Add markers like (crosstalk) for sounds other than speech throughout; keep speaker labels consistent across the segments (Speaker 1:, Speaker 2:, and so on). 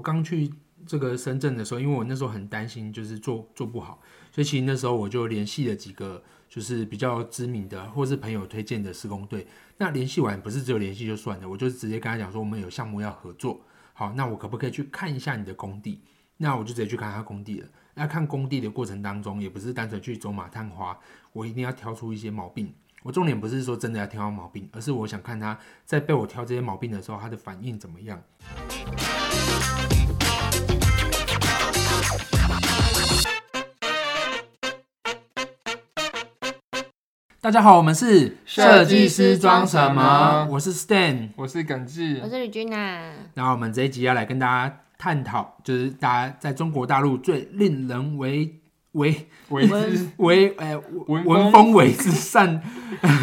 Speaker 1: 刚去这个深圳的时候，因为我那时候很担心，就是做做不好，所以其实那时候我就联系了几个就是比较知名的或是朋友推荐的施工队。那联系完不是只有联系就算了，我就直接跟他讲说，我们有项目要合作，好，那我可不可以去看一下你的工地？那我就直接去看他工地了。那看工地的过程当中，也不是单纯去走马探花，我一定要挑出一些毛病。我重点不是说真的要挑毛病，而是我想看他在被我挑这些毛病的时候，他的反应怎么样。大家好，我们是
Speaker 2: 设计师装什么
Speaker 1: 我是 Stan。
Speaker 2: 我是耿志
Speaker 3: 我，是李君娜，
Speaker 1: 然后我们这一集要来跟大家探讨，就是大家在中国大陆最令人为为
Speaker 2: 为之，
Speaker 1: 为呃
Speaker 2: 文
Speaker 1: 文
Speaker 2: 风
Speaker 1: 风为之善，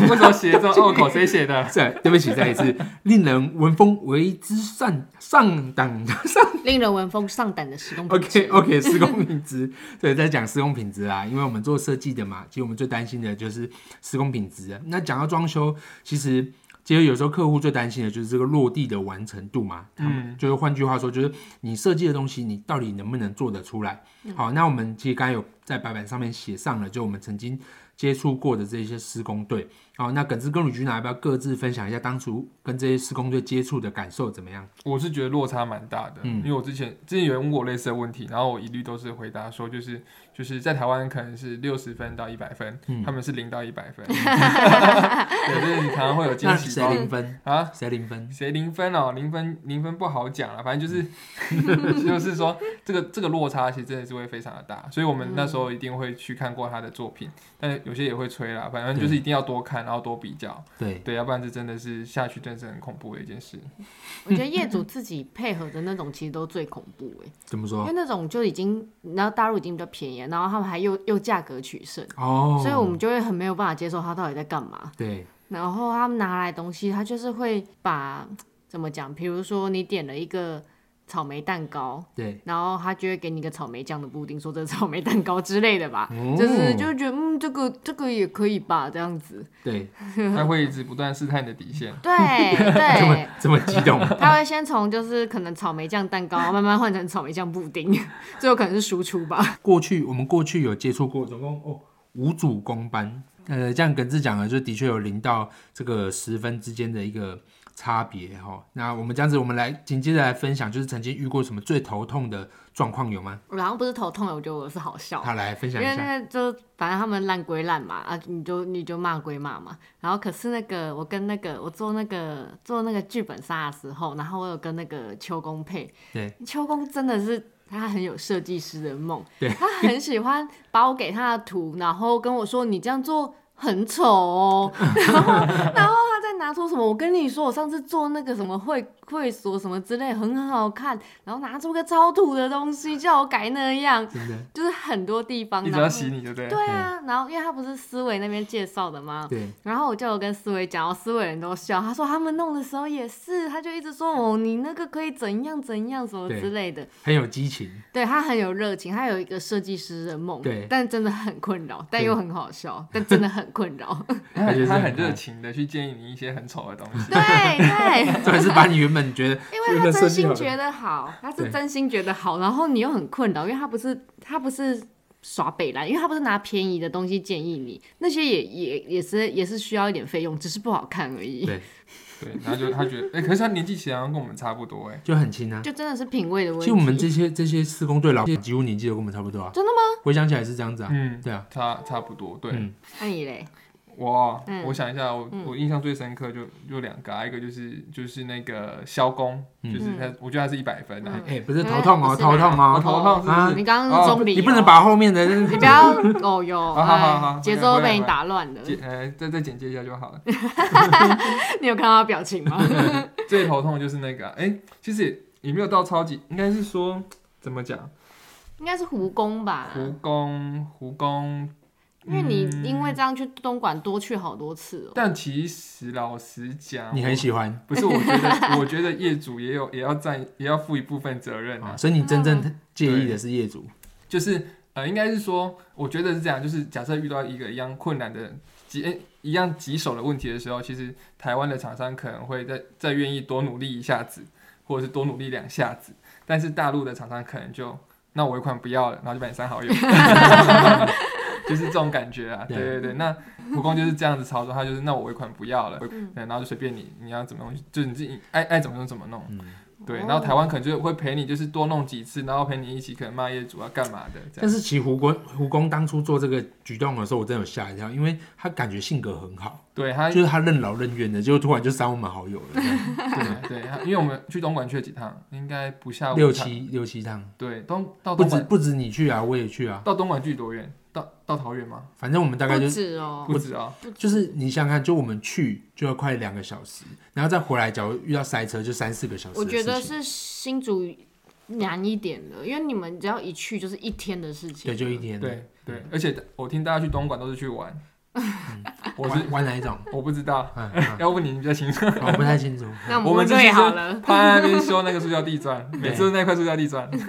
Speaker 2: 为什么写这种拗口？谁写的？
Speaker 1: 再 (laughs) 对不起，再一次，令人文风为之善上党的上
Speaker 3: 令人闻风丧胆的施工
Speaker 1: (laughs) OK OK 施工品质，对，在讲施工品质啊，因为我们做设计的嘛，其实我们最担心的就是施工品质啊。那讲到装修，其实其实有时候客户最担心的就是这个落地的完成度嘛，嗯，就是换句话说，就是你设计的东西，你到底能不能做得出来？好，那我们其实刚才有在白板上面写上了，就我们曾经接触过的这些施工队。好，那耿志跟吕局长要不要各自分享一下当初跟这些施工队接触的感受怎么样？
Speaker 2: 我是觉得落差蛮大的，
Speaker 1: 嗯
Speaker 2: 因为我之前之前有人问过我类似的问题，然后我一律都是回答说，就是就是在台湾可能是六十分到一百分，
Speaker 1: 嗯
Speaker 2: 他们是零到一百分，对，就是你常常会有惊
Speaker 1: 那
Speaker 2: 喜
Speaker 1: 谁
Speaker 2: 包
Speaker 1: 零分？
Speaker 2: 啊，
Speaker 1: 谁零分？
Speaker 2: 谁零分哦？零分零分不好讲了，反正就是
Speaker 1: 嗯
Speaker 2: (laughs) 就是说，这个这个落差其实真的是会非常的大，所以我们那时候一定会去看过他的作品，但有些也会吹啦，反正就是一定要多看，然后多比较，
Speaker 1: 对。
Speaker 2: 对，要不然这真的是下去真的是很恐怖的一件
Speaker 3: (laughs)
Speaker 2: 事。
Speaker 3: 我觉得业主自己配合的那种其实都最恐怖哎、
Speaker 1: 怎么
Speaker 3: 因为
Speaker 1: 说？
Speaker 3: 那种就已经，然后大陆已经比较便宜了，然后他们还又又价格取胜，
Speaker 1: 哦，
Speaker 3: 所以我们就会很没有办法接受他到底在干嘛。
Speaker 1: 对，
Speaker 3: 然后他们拿来东西，他就是会把怎么讲，比如说你点了一个草莓蛋糕，
Speaker 1: 对，
Speaker 3: 然后他就会给你一个草莓酱的布丁，说这是草莓蛋糕之类的吧，
Speaker 1: 哦
Speaker 3: 就是就觉得嗯，这个这个也可以吧，这样子。
Speaker 1: 对，
Speaker 2: 他会一直不断试探你的底线，
Speaker 3: 对
Speaker 1: (laughs)
Speaker 3: 对，
Speaker 1: 这么激
Speaker 3: (laughs)
Speaker 1: 动，
Speaker 3: 他会先从就是可能草莓酱蛋糕，慢慢换成草莓酱布丁， (laughs) 最后可能是输出 (laughs) 吧。
Speaker 1: 过去我们过去有接触过，总共哦五组公班，呃，这样耿志讲的，就的确有零到这个十分之间的一个差别哈、那我们这样子，我们来紧接着来分享，就是曾经遇过什么最头痛的状况有吗？
Speaker 3: 我好像不是头痛了，我觉得我是好笑，
Speaker 1: 好，来分
Speaker 3: 哦因
Speaker 1: 享
Speaker 3: 为
Speaker 1: 一下。
Speaker 3: 那个就反正他们烂归烂嘛，啊，你就你就骂归骂嘛。然后可是那个我跟那个我做那个做那个剧本杀的时候，然后我有跟那个秋公配，
Speaker 1: 对，
Speaker 3: 秋公真的是。他很有设计师的梦，
Speaker 1: 对
Speaker 3: 他很喜欢把我给他的图，然后跟我说你这样做很丑哦， (laughs) 他在拿出什么？我跟你说，我上次做那个什么会会所什么之类，很好看，然后拿出个超土的东西叫我改那样，
Speaker 1: 真的，
Speaker 3: 就是很多地方。
Speaker 2: 一直
Speaker 3: 然
Speaker 2: 要
Speaker 3: 后
Speaker 2: 洗你，对不对？
Speaker 3: 对啊，然后因为他不是思维那边介绍的吗？
Speaker 1: 对，
Speaker 3: 然后我就有跟思维讲，然后思维人都笑，他说他们弄的时候也是，他就一直说哦，你那个可以怎样怎样什么
Speaker 1: 对
Speaker 3: 之类的。
Speaker 1: 很有激情，
Speaker 3: 对他很有热情，他有一个设计师的梦，
Speaker 1: 对
Speaker 3: 但真的很困扰，但
Speaker 1: 对
Speaker 3: 又很好 (laughs) 笑，但真的很困 (laughs) 扰。
Speaker 2: 他
Speaker 1: 而且
Speaker 2: 很
Speaker 1: 是
Speaker 2: 他
Speaker 1: 很 (laughs)
Speaker 2: 很热情的去建议你一些很丑的东西，
Speaker 3: 对对。
Speaker 1: 这还是把你原本觉得
Speaker 3: 因为
Speaker 1: 原本
Speaker 3: 他
Speaker 1: 设
Speaker 3: 真
Speaker 1: 计好
Speaker 3: 心
Speaker 1: 的
Speaker 3: 觉得好，他
Speaker 1: 对
Speaker 3: 是真心觉得好，然后你又很困扰，因为他不是他不是耍北兰，因为他不是拿便宜的东西建议你，那些也也也是也是需要一点费用，只是不好看而已。
Speaker 1: 对，
Speaker 2: 对，然后就他觉得，哎、可是他年纪其实好像跟我们差不多、哎，
Speaker 1: 就很轻啊。
Speaker 3: 就真的是品味的问
Speaker 1: 其
Speaker 3: 题。
Speaker 1: 实我们这些这些施工队老几乎年纪都跟我们差不多啊。
Speaker 3: 真的
Speaker 1: 吗？回想起来是这样子啊。
Speaker 2: 嗯，
Speaker 1: 对啊，
Speaker 2: 差差不多，对。
Speaker 1: 嗯
Speaker 3: 那你嘞？
Speaker 2: 我、啊
Speaker 3: 嗯
Speaker 2: 我想一下，我、我印象最深刻就就两个、啊，一个就是就是那个萧工，
Speaker 1: 嗯
Speaker 2: 就是他，我觉得他是一百分啊，
Speaker 3: 嗯
Speaker 1: 哎、不是头痛哦、
Speaker 3: 哎不是
Speaker 1: 头痛
Speaker 2: 我
Speaker 1: 哦、
Speaker 2: 头痛是哦不是？
Speaker 1: 啊
Speaker 3: 你刚刚是中理、
Speaker 1: 你不能。把后面的
Speaker 3: 哦你不要哦哟，
Speaker 2: 好好好好
Speaker 3: 哎节奏
Speaker 2: 回来
Speaker 3: 被
Speaker 2: 回
Speaker 3: 你
Speaker 2: 来
Speaker 3: 打乱了。
Speaker 2: 简呃，再再简介一下就好了。
Speaker 3: (laughs) 你有看到他表情吗？
Speaker 2: 最头痛就是那个、啊，哎、其实也也没有到超级，应该是说怎么讲，
Speaker 3: 应该是胡工吧，
Speaker 2: 胡工胡工，
Speaker 3: 啊因为你因为这样去东莞多去好多次哦。
Speaker 2: 但其实老实讲，
Speaker 1: 你很
Speaker 2: 我
Speaker 1: 喜欢
Speaker 2: 不是？我觉得我觉得业主也有也要占也要负一部分责
Speaker 1: (laughs)
Speaker 2: 任啊
Speaker 1: 啊，，所以你真
Speaker 3: 嗯
Speaker 1: 正介意的是业主。
Speaker 2: 就是呃，应该是说，我觉得是这样，就是假设遇到一个一样困难的棘诶一样棘手的问题的时候，其实台湾的厂商可能会再再愿意多努力一下子，或者是多努力两下子。但是大陆的厂商可能就那我尾款不要了，然后就把你删好友，就是这种感觉啊。对
Speaker 1: 对
Speaker 2: 对对，那蒲公就是这样子操作，他就是那我尾款不要了，对，然后就随便你，你要怎么用，就是你自己爱爱怎么用怎么弄。
Speaker 1: 嗯，
Speaker 2: 对，
Speaker 3: 哦
Speaker 2: 然后台湾可能就会陪你，就是多弄几次，然后陪你一起可能骂业主啊干嘛的这
Speaker 1: 但
Speaker 2: 样。
Speaker 1: 是其实胡公胡公当初做这个举动的时候，我真的有吓一跳，因为他感觉性格很好，
Speaker 2: 对他，
Speaker 1: 就是他任劳任怨的，结果突然就删我们好
Speaker 2: (laughs)
Speaker 1: 友了这样，
Speaker 2: 对对他，因为我们去东莞去了几趟，应该不下五
Speaker 1: 六
Speaker 2: 趟。
Speaker 1: 七六七趟，
Speaker 2: 对，东到
Speaker 1: 不
Speaker 2: 东
Speaker 1: 止
Speaker 2: 莞
Speaker 1: 不止你去啊，我也去啊，
Speaker 2: 到东莞距离多远？到到桃园吗？
Speaker 1: 反正我们大概就
Speaker 3: 不止哦，
Speaker 2: 不止啊，
Speaker 1: 就是你想想看，就我们去就要快两个小时，然后再回来，假如遇到塞车就三四个小时
Speaker 3: 我
Speaker 1: 的事情。
Speaker 3: 觉得是新竹难一点的，因为你们只要一去就是一天的事情，
Speaker 1: 对，就一天。
Speaker 2: 对对，
Speaker 1: 嗯
Speaker 2: 而且我听大家去东莞都是去玩，我是
Speaker 1: 玩玩哪一种？
Speaker 2: 我不知道，
Speaker 1: 嗯，嗯
Speaker 2: (laughs) 要不你比较清楚。
Speaker 1: 我不太清楚。
Speaker 3: 那
Speaker 2: 我
Speaker 3: 我
Speaker 2: 们
Speaker 3: 们
Speaker 2: 这
Speaker 3: 对
Speaker 2: 些
Speaker 3: 好了。
Speaker 2: 趴在那边修那个塑胶
Speaker 1: (laughs)
Speaker 2: 地砖，每次都是那块塑胶地砖。
Speaker 3: (laughs)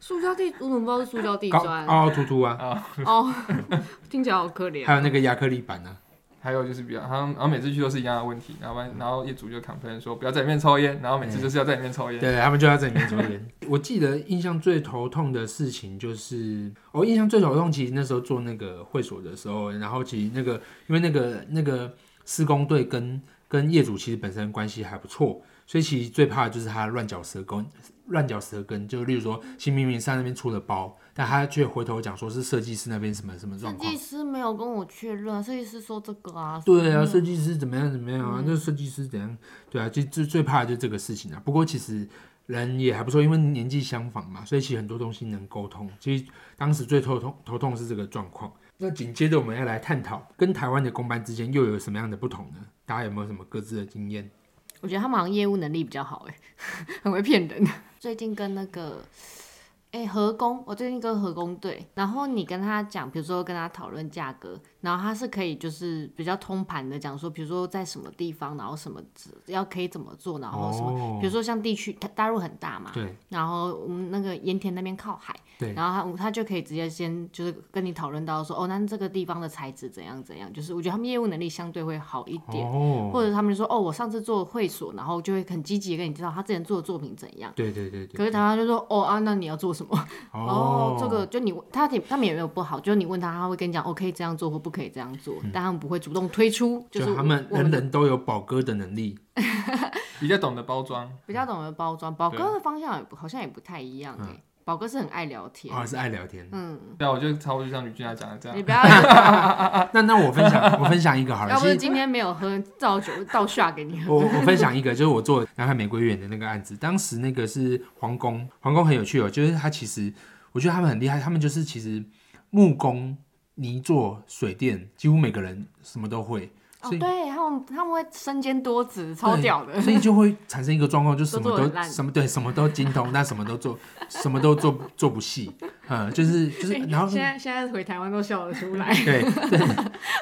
Speaker 3: 塑胶地，我怎么不知道是塑胶地
Speaker 1: 高
Speaker 3: 砖？
Speaker 1: 凹凹凸凸啊，
Speaker 3: 哦， (laughs) 听起来好可怜
Speaker 1: 还。有那个亚克力板啊，
Speaker 2: 还有就是比较，他们然后每次去都是一样的问题，然后然后业主就 complain 说不要在里面抽烟，然后每次就是要在里面抽烟。
Speaker 1: 对，他们就在这里面抽烟。 (laughs) 我记得印象最头痛的事情就是，我、印象最头痛，其实那时候做那个会所的时候，然后其实那个因为那个那个施工队跟跟业主其实本身关系还不错，所以其实最怕的就是他乱嚼舌根，乱嚼舌根。就例如说，其实明明是他那边出的包，但他却回头讲说是设计师那边什么什么
Speaker 3: 设
Speaker 1: 状况
Speaker 3: 计。师没有跟我确认，设计师说这个啊，
Speaker 1: 对啊，
Speaker 3: 嗯
Speaker 1: 设计师怎么样怎么样啊？那设计师怎样？对啊，就最最怕的就是这个事情啊。不过其实人也还不错，因为年纪相仿嘛，所以其实很多东西能沟通。其实当时最头痛头痛是这个状况。那紧接着我们要来探讨跟台湾的公班之间又有什么样的不同呢？大家有没有什么各自的经验？
Speaker 3: 我觉得他们好像业务能力比较好，哎， (laughs) 很会骗人。最近跟那个，哎、合工，我最近跟合工对，然后你跟他讲，比如说跟他讨论价格，然后他是可以就是比较通盘的讲说，比如说在什么地方，然后什么要可以怎么做，然后什么，
Speaker 1: 哦
Speaker 3: 比如说像地区，它大陆很大嘛，
Speaker 1: 对
Speaker 3: 然后我们那个盐田那边靠海，
Speaker 1: 对
Speaker 3: 然后他他就可以直接先就是跟你讨论到说，哦，那这个地方的材质怎样怎样，就是我觉得他们业务能力相对会好一点，
Speaker 1: 哦，
Speaker 3: 或者他们就说，哦，我上次做会所，然后就会很积极地跟你知道他之前做的作品怎样。
Speaker 1: 对对对
Speaker 3: 可
Speaker 1: 对，
Speaker 3: 是台湾就说，哦啊，那你要做什么？哦，这个就你他也他们也没有不好，就是你问他，他会跟你讲，哦，可以这样做或不可以这样做，但他们不会主动推出，
Speaker 1: 嗯就是他们
Speaker 3: 我
Speaker 1: 人
Speaker 3: 们的
Speaker 1: 人都有宝哥的能力，
Speaker 2: 比较懂得包装，
Speaker 3: 比较懂得包装。宝
Speaker 2: 对
Speaker 3: 哥的方向也不好像也不太一样
Speaker 1: 嗯
Speaker 3: 哎、宝哥是很爱聊天，
Speaker 1: 啊，是爱聊天。
Speaker 3: 嗯，
Speaker 2: 对啊，我就差不多就像吕俊雅讲的这
Speaker 1: 啊
Speaker 2: 样
Speaker 3: 你。不要，
Speaker 1: 那那我分享我分享一个好了，
Speaker 3: (laughs) 要不
Speaker 1: 其实
Speaker 3: 是今天没有喝倒酒倒下给 (laughs) 你喝，
Speaker 1: 我我分享一个，就是我做南海玫瑰园的那个案子，当时那个是皇宫，皇宫很有趣哦，就是它其实我觉得他们很厉害，他们就是其实木工、泥做、水电，几乎每个人什么都会，
Speaker 3: 哦，
Speaker 1: 所以
Speaker 3: 对他们他们会身兼多职，超
Speaker 1: 对
Speaker 3: 屌的。
Speaker 1: 所以就会产生一个状况，就什么
Speaker 3: 都做
Speaker 1: 都
Speaker 3: 得烂
Speaker 1: 什么对什么都精通，但什么都做什么都做做不细，嗯，就是就是然后
Speaker 3: 哎现在现在回台湾都笑得
Speaker 1: (laughs)
Speaker 3: 出来，
Speaker 1: 对
Speaker 3: (laughs)
Speaker 1: 对，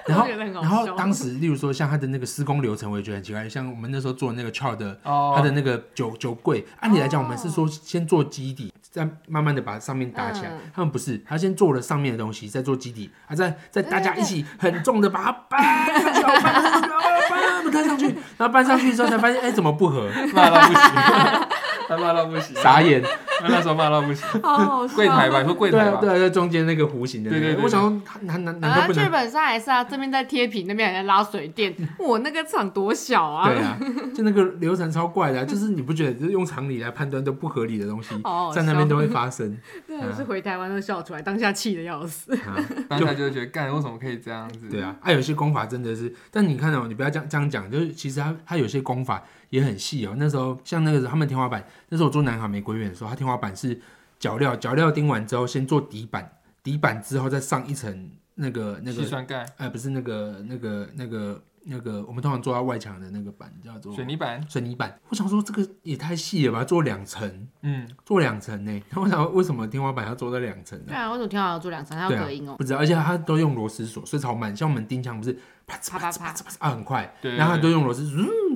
Speaker 1: 然后
Speaker 3: 我觉得很好
Speaker 1: 然后
Speaker 3: 笑
Speaker 1: 当时例如说像他的那个施工流程，我也觉得很奇怪，像我们那时候做那个 c h a r 的它
Speaker 2: 哦，
Speaker 1: 的那个酒酒柜，按理来讲，
Speaker 3: 哦
Speaker 1: 我们是说先做基底，再慢慢的把上面搭起来。
Speaker 3: 嗯
Speaker 1: 他们不是，他先做了上面的东西，再做基底，啊，再再
Speaker 3: 对
Speaker 1: 大家
Speaker 3: 对
Speaker 1: 一起很重的把它搬上去，哦搬上去，哦搬搬上去，然后搬上去之后才发现，哎，怎么不合？
Speaker 2: 骂到不行，他骂到不行，
Speaker 1: 傻眼。
Speaker 2: 他那时候骂到不行。
Speaker 3: 好好笑。
Speaker 2: 柜台吧，你说柜
Speaker 1: 对
Speaker 2: 台
Speaker 1: 啊，
Speaker 2: 吧
Speaker 1: 对，啊，在中间那个弧形的那个，
Speaker 2: 对对对对
Speaker 1: 我想说，他难难难
Speaker 3: 啊，
Speaker 1: 道不
Speaker 3: 剧
Speaker 1: 能？
Speaker 3: 本上也是啊，这边在贴皮，那边还在拉水电，我那个厂多小啊，
Speaker 1: 对啊，就那个流程超怪的啊、就是你不觉得，就是用常理来判断都不合理的东西，
Speaker 3: 好好
Speaker 1: 在那边
Speaker 3: 笑
Speaker 1: 都会发生。
Speaker 3: 真的是回台湾都笑出来，当下气的要死。
Speaker 1: 啊
Speaker 2: 当下就会觉得干，为什么可以这样子？
Speaker 1: 对啊，啊有些功法真的是，但你看哦，你不要这样这样讲，就是其实它它有些功法也很细哦。那时候像那个他们天花板，那时候我做南海玫瑰园的时候，它天花板是脚料，脚料钉完之后先做底板，底板之后再上一层那个那
Speaker 2: 细
Speaker 1: 个
Speaker 2: 酸钙、
Speaker 1: 呃不是那个那个那个那个，我们通常做到外墙的那个板叫做
Speaker 2: 水泥板，
Speaker 1: 水泥板。我想说这个也太细了吧，做两层，
Speaker 2: 嗯，
Speaker 1: 做两层呢。 (laughs) 然后我想说为什么天花板要做到两层呢？
Speaker 3: 对啊，为什么天好要做两层，还要
Speaker 1: 对啊
Speaker 3: 隔音 (laughs) 哦？
Speaker 1: 不知道，而且它都用螺丝锁，所以超慢。像我们钉枪不是啪嚓啪嚓啪嚓啪嚓啊，很快，
Speaker 2: 对对
Speaker 1: 然后它都
Speaker 2: 对
Speaker 1: 用螺丝，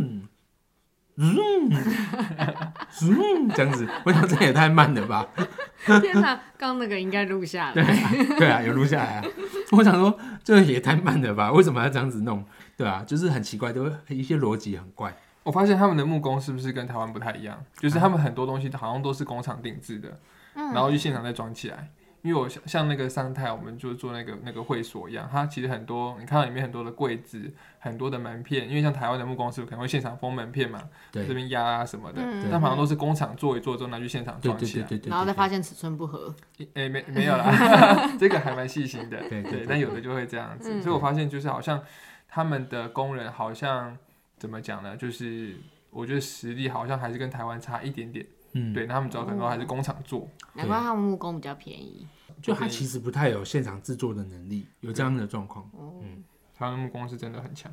Speaker 1: 嗯嗯嗯 (laughs) 这样子。我想这也太慢了吧？
Speaker 3: 天哪，刚那个应该录下
Speaker 1: 对
Speaker 3: 来。
Speaker 1: 啊，对啊，有录下来啊。我想说这也太慢了吧？为什么要这样子弄？对啊，就是很奇怪，都一些逻辑很怪。
Speaker 2: 我发现他们的木工是不是跟台湾不太一样？就是他们很多东西好像都是工厂定制的，
Speaker 3: 嗯
Speaker 2: 然后就现场再装起来。因为我像像那个桑泰，我们就做那个那个会所一样，它其实很多，你看到里面很多的柜子，很多的门片，因为像台湾的木工师傅可能会现场封门片嘛，这
Speaker 1: 对
Speaker 2: 边压啊什么的，
Speaker 3: 嗯
Speaker 1: 对
Speaker 2: 但好像都是工厂做一做之后拿去现场
Speaker 1: 对
Speaker 2: 装
Speaker 1: 对
Speaker 2: 起
Speaker 1: 对
Speaker 2: 来。
Speaker 1: 对对，
Speaker 3: 然后再
Speaker 1: 对
Speaker 3: 发现尺寸不合，
Speaker 2: 诶、哎没没有啦，
Speaker 1: (laughs)
Speaker 2: 这个还蛮细心的。
Speaker 1: 对对对
Speaker 2: 但有的就会这样子，
Speaker 3: 嗯
Speaker 2: 所以我发现就是好像他们的工人好像怎么讲呢？就是我觉得实力好像还是跟台湾差一点点。
Speaker 1: 嗯，
Speaker 2: 对，那他们主要可能都还是工厂做。
Speaker 3: 难怪他们木工比较便宜。
Speaker 1: 就他其实不太有现场制作的能力，有这样的状况。
Speaker 3: 哦，
Speaker 2: 台湾的木工是真的很强。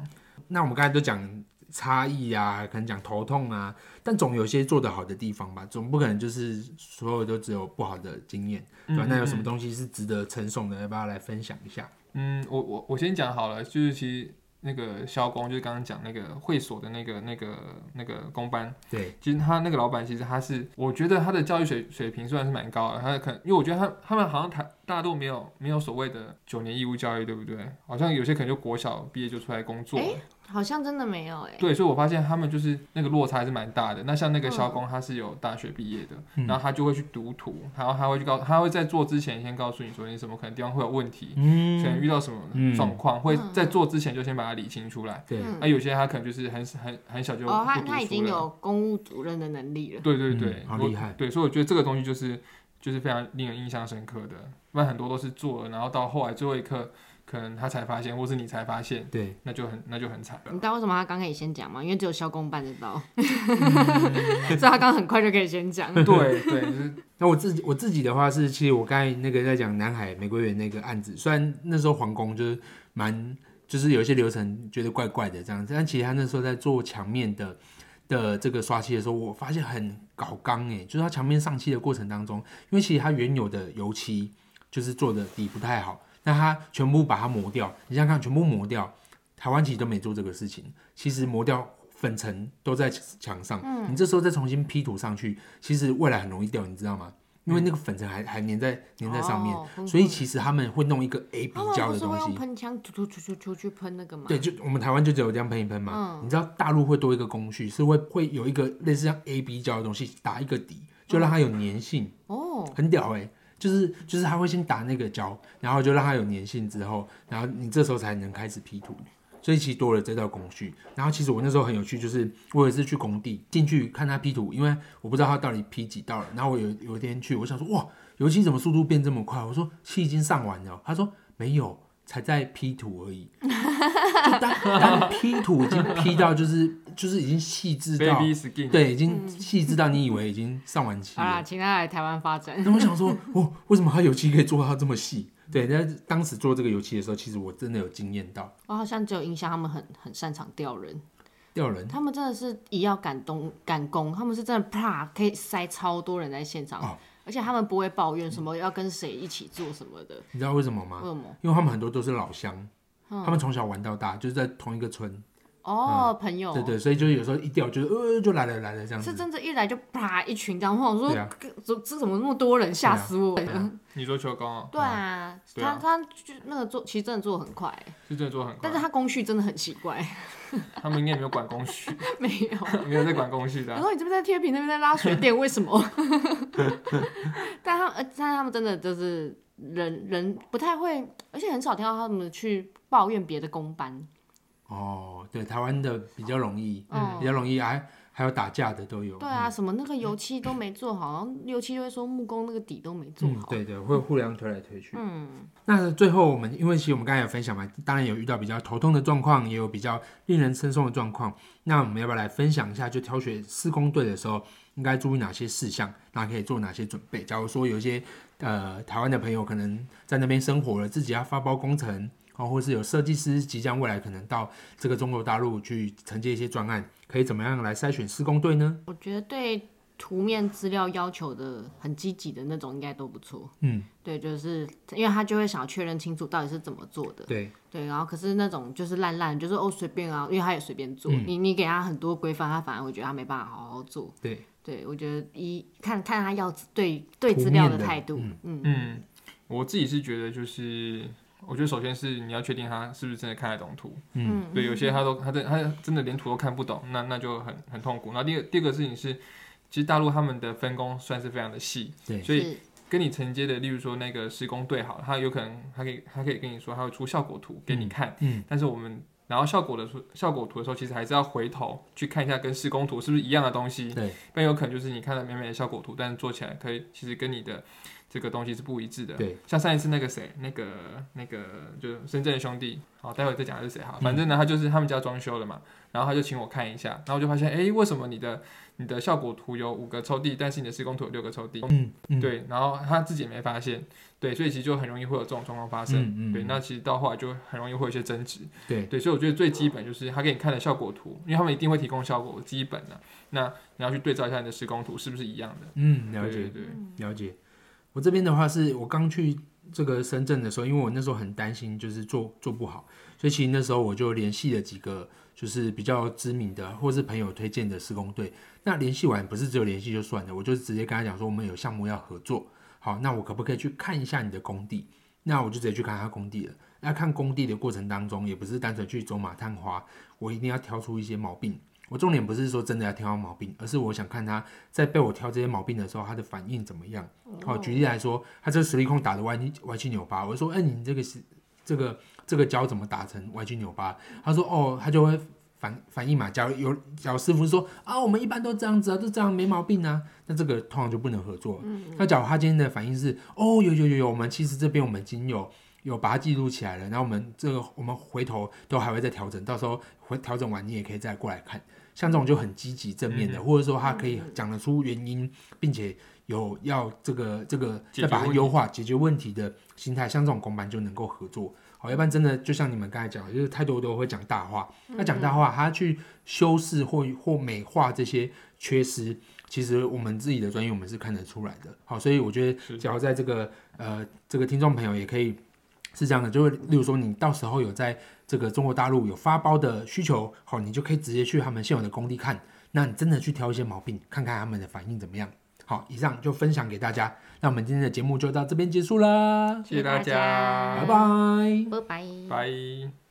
Speaker 1: 那我们刚才都讲差异啊，可能讲头痛啊，但总有些做得好的地方吧，总不可能就是所有都只有不好的经验，对吧？那有什么东西是值得称颂的？要不要来分享一下？
Speaker 2: 嗯，我我我先讲好了，就是其实那个肖工，就是刚刚讲那个会所的那个那个那个工班，
Speaker 1: 对，
Speaker 2: 其实他那个老板，其实他是，我觉得他的教育水水平虽然是蛮高的，他可能因为我觉得他他们好像台大家都没有没有所谓的九年义务教育，对不对？好像有些可能就国小毕业就出来工作了，
Speaker 3: 诶好像真的没有哎。
Speaker 2: 对，所以我发现他们就是那个落差还是蛮大的。那像那个肖工，他是有大学毕业的，
Speaker 1: 嗯
Speaker 2: 然后他就会去读图，然后他会去告，他会在做之前先告诉你说你什么可能地方会有问题，可能
Speaker 1: 嗯，
Speaker 2: 遇到什么
Speaker 1: 嗯
Speaker 2: 状况，会
Speaker 3: 嗯
Speaker 2: 在做之前就先把它理清出来。
Speaker 1: 对，
Speaker 3: 嗯
Speaker 2: 那、有些他可能就是很很很哎小就
Speaker 3: 哦，他
Speaker 2: 不读
Speaker 3: 他已
Speaker 2: 书
Speaker 3: 经
Speaker 2: 了
Speaker 3: 有公务主任的能力了。
Speaker 2: 对对
Speaker 1: 嗯
Speaker 2: 对，
Speaker 1: 好
Speaker 2: 我
Speaker 1: 厉害
Speaker 2: 对，所以我觉得这个东西就是就是非常令人印象深刻的，不然很多都是做了，然后到后来最后一刻，可能他才发现，或是你才发现，
Speaker 1: 对，
Speaker 2: 那就很那就很惨
Speaker 3: 你
Speaker 2: 了。
Speaker 3: 知道为什么他刚可以先讲吗？因为只有肖公办得到， (laughs) 所以他刚很快就可以先讲。
Speaker 2: 对对，
Speaker 1: (laughs)
Speaker 2: 就是
Speaker 1: 那我自己我自己的话是，其实我刚才那个在讲南海玫瑰园那个案子，虽然那时候皇宫就是蛮就是有一些流程觉得怪怪的这样子，但其实他那时候在做墙面的的这个刷漆的时候，我发现很搞刚哎，就是他墙面上漆的过程当中，因为其实它原有的油漆就是做的底不太好，那它全部把它磨掉，你想想看，全部磨掉，台湾其实都没做这个事情，其实磨掉粉尘都在墙上，
Speaker 3: 嗯
Speaker 1: 你这时候再重新 P 图上去，其实未来很容易掉，你知道吗？因为那个粉尘还还粘在粘在上面，
Speaker 3: 哦喷
Speaker 1: 所以
Speaker 3: 过
Speaker 1: 其实他们会弄一个 A 比
Speaker 3: 他们
Speaker 1: 较
Speaker 3: 不
Speaker 1: 的
Speaker 3: 是
Speaker 1: 东
Speaker 3: 会用
Speaker 1: 西。
Speaker 3: 喷枪突突突突突去喷那个吗？
Speaker 1: 对，就我们台湾就只有这样喷一喷嘛。
Speaker 3: 嗯
Speaker 1: 你知道大陆会多一个工序，是会会有一个类似像 A B 胶的东西打一个底，就让它有粘性，
Speaker 3: 哦，
Speaker 1: 很屌哎、就是就是他会先打那个胶，然后就让它有粘性之后，然后你这时候才能开始 P 图。所以其实多了这道工序。然后其实我那时候很有趣，就是我有一次去工地进去看他 P 图，因为我不知道他到底 P 几道了。然后我有有一天去，我想说哇，油漆怎么速度变这么快？我说漆已经上完了，他说没有，才在 P 图而已。就当当 P 图已经 P 到就是就是已经细致到
Speaker 2: baby skin，，
Speaker 1: 对，已经细致到你以为已经上完漆
Speaker 3: 好
Speaker 1: 了。
Speaker 3: 啦，请他来台湾发展。
Speaker 1: 那我想说，哦，为什么它油漆可以做到这么细？对，那当时做这个油漆的时候，其实我真的有惊艳到
Speaker 3: 我好像只有印象，他们很很擅长吊人，
Speaker 1: 吊人
Speaker 3: 他们真的是一要赶东赶工，他们是真的啪可以塞超多人在现场，
Speaker 1: 哦
Speaker 3: 而且他们不会抱怨什么要跟谁一起做什么的，
Speaker 1: 你知道为什么
Speaker 3: 为
Speaker 1: 吗？
Speaker 3: 什么？
Speaker 1: 因为他们很多都是老乡，
Speaker 3: 嗯
Speaker 1: 他们从小玩到大，就是在同一个村，
Speaker 3: 哦，朋友，
Speaker 1: 嗯对对，所以就是有时候一掉就是呃就来了来了这样
Speaker 3: 是
Speaker 1: 子，
Speaker 3: 真的，一来就啪一群这样，我想
Speaker 1: 对
Speaker 3: 说，
Speaker 1: 啊，
Speaker 3: 这这怎么那么多人，吓死我
Speaker 1: 对啊嗯
Speaker 3: 了。
Speaker 2: 你说球工、哦、
Speaker 3: 对啊，
Speaker 2: 对啊
Speaker 3: 他他就那个做，其实真的做得很快，
Speaker 2: 是真的做得很快
Speaker 3: 但是，他工序真的很奇怪， (laughs)
Speaker 2: 他们应该也没有管工序， (laughs)
Speaker 3: 没有。
Speaker 2: 没有在管工序的
Speaker 3: 然
Speaker 2: 啊、
Speaker 3: 后你这边在贴屏，那边在拉水电，为什么？ (laughs) 但他们，呃但他们真的就是人人不太会，而且很少听到他们去抱怨别的工班。
Speaker 1: 哦，对，台湾的比较容易，
Speaker 3: 嗯
Speaker 1: 比较容易，还还有打架的都有，嗯
Speaker 3: 对啊，什么那个油漆都没做好，然后油漆就会说木工那个底都没做
Speaker 1: 嗯，
Speaker 3: 好。
Speaker 1: 对对，会互相推来推去。
Speaker 3: 嗯，
Speaker 1: 那最后我们，因为其实我们刚才有分享嘛，当然有遇到比较头痛的状况，也有比较令人称颂的状况。那我们要不要来分享一下，就挑选施工队的时候应该注意哪些事项，那可以做哪些准备？假如说有一些呃台湾的朋友可能在那边生活了，自己要发包工程，哦，或是有设计师即将未来可能到这个中国大陆去承接一些专案，可以怎么样来筛选施工队呢？
Speaker 3: 我觉得对图面资料要求的很积极的那种，应该都不错。
Speaker 1: 嗯，
Speaker 3: 对，就是因为他就会想要确认清楚到底是怎么做的。
Speaker 1: 对，
Speaker 3: 对，然后可是那种就是烂烂，就是哦随便啊，因为他也随便做，
Speaker 1: 嗯
Speaker 3: 你你给他很多规范，他反而会觉得他没办法好好做。
Speaker 1: 对，
Speaker 3: 对我觉得一看看他要对对
Speaker 1: 图
Speaker 3: 资料
Speaker 1: 面的
Speaker 3: 态度，
Speaker 1: 嗯
Speaker 3: 嗯
Speaker 2: 嗯，我自己是觉得就是我觉得首先是你要确定他是不是真的看得懂图，
Speaker 1: 嗯，
Speaker 2: 对，有些他都他真他真的连图都看不懂，那那就很很痛苦。然后第二第二个事情是，其实大陆他们的分工算是非常的细，
Speaker 1: 对
Speaker 2: 所以
Speaker 3: 是
Speaker 2: 跟你承接的，例如说那个施工队好，他有可能他可以他可以跟你说他会出效果图给你看，
Speaker 1: 嗯，
Speaker 2: 但是我们拿到效果的时候效果图的时候，其实还是要回头去看一下跟施工图是不是一样的东西，
Speaker 1: 对，
Speaker 2: 不然有可能就是你看了美美的效果图，但是做起来可以其实跟你的这个东西是不一致的。
Speaker 1: 对，
Speaker 2: 像上一次那个谁，那个那个就是深圳的兄弟，好，待会再讲他是谁哈。
Speaker 1: 嗯
Speaker 2: 反正呢，他就是他们家装修了嘛，然后他就请我看一下，然后我就发现，哎、为什么你的你的效果图有五个抽屉，但是你的施工图有六个抽屉？
Speaker 1: 嗯嗯，
Speaker 2: 对，然后他自己也没发现，对，所以其实就很容易会有这种状况发生。
Speaker 1: 嗯嗯
Speaker 2: 对，那其实到后来就很容易会有一些争执。
Speaker 1: 对
Speaker 2: 对，所以我觉得最基本就是他给你看的效果图，因为他们一定会提供效果基本的、那你要去对照一下你的施工图是不是一样的。
Speaker 1: 嗯，了
Speaker 2: 对
Speaker 1: 解
Speaker 2: 对
Speaker 1: 了解。我这边的话是我刚去这个深圳的时候，因为我那时候很担心，就是做做不好，所以其实那时候我就联系了几个就是比较知名的或是朋友推荐的施工队。那联系完不是只有联系就算了，我就直接跟他讲说我们有项目要合作，好，那我可不可以去看一下你的工地？那我就直接去看他工地了。那看工地的过程当中，也不是单纯去走马探花，我一定要挑出一些毛病。我重点不是说真的要挑毛病，而是我想看他在被我挑这些毛病的时候，他的反应怎么样？好、举例来说，他这个实力控打的歪歪七扭八，我就说，哎、你这个是这个这个胶怎么打成歪七扭八？他说，哦，他就会反反应嘛。假如有假如师傅说啊，我们一般都这样子啊，都这样没毛病啊，那这个通常就不能合作。那假如他今天的反应是，哦，有有有有，我们其实这边我们已经有。有把它记录起来了，然后我们这个我们回头都还会再调整，到时候回调整完你也可以再过来看。像这种就很积极正面
Speaker 2: 嗯
Speaker 1: 的，或者说他可以讲得出原因，并且有要这个这个
Speaker 2: 解决
Speaker 1: 再把它
Speaker 2: 问
Speaker 1: 优化解决问题的心态，像这种公班就能够合作。好，要不然真的就像你们刚才讲的，就是太多都会讲大话。他讲大话，他去修饰或或美化这些缺失，其实我们自己的专业我们是看得出来的。好，所以我觉得
Speaker 2: 是
Speaker 1: 只要在这个呃这个听众朋友也可以是这样的，就是例如说你到时候有在这个中国大陆有发包的需求，好，你就可以直接去他们现有的工地看，那你真的去挑一些毛病，看看他们的反应怎么样。好，以上就分享给大家，那我们今天的节目就到这边结束啦，
Speaker 2: 谢谢大
Speaker 3: 谢谢大
Speaker 2: 家，
Speaker 1: 拜
Speaker 3: 家
Speaker 1: 拜。
Speaker 3: 拜拜。
Speaker 2: 拜。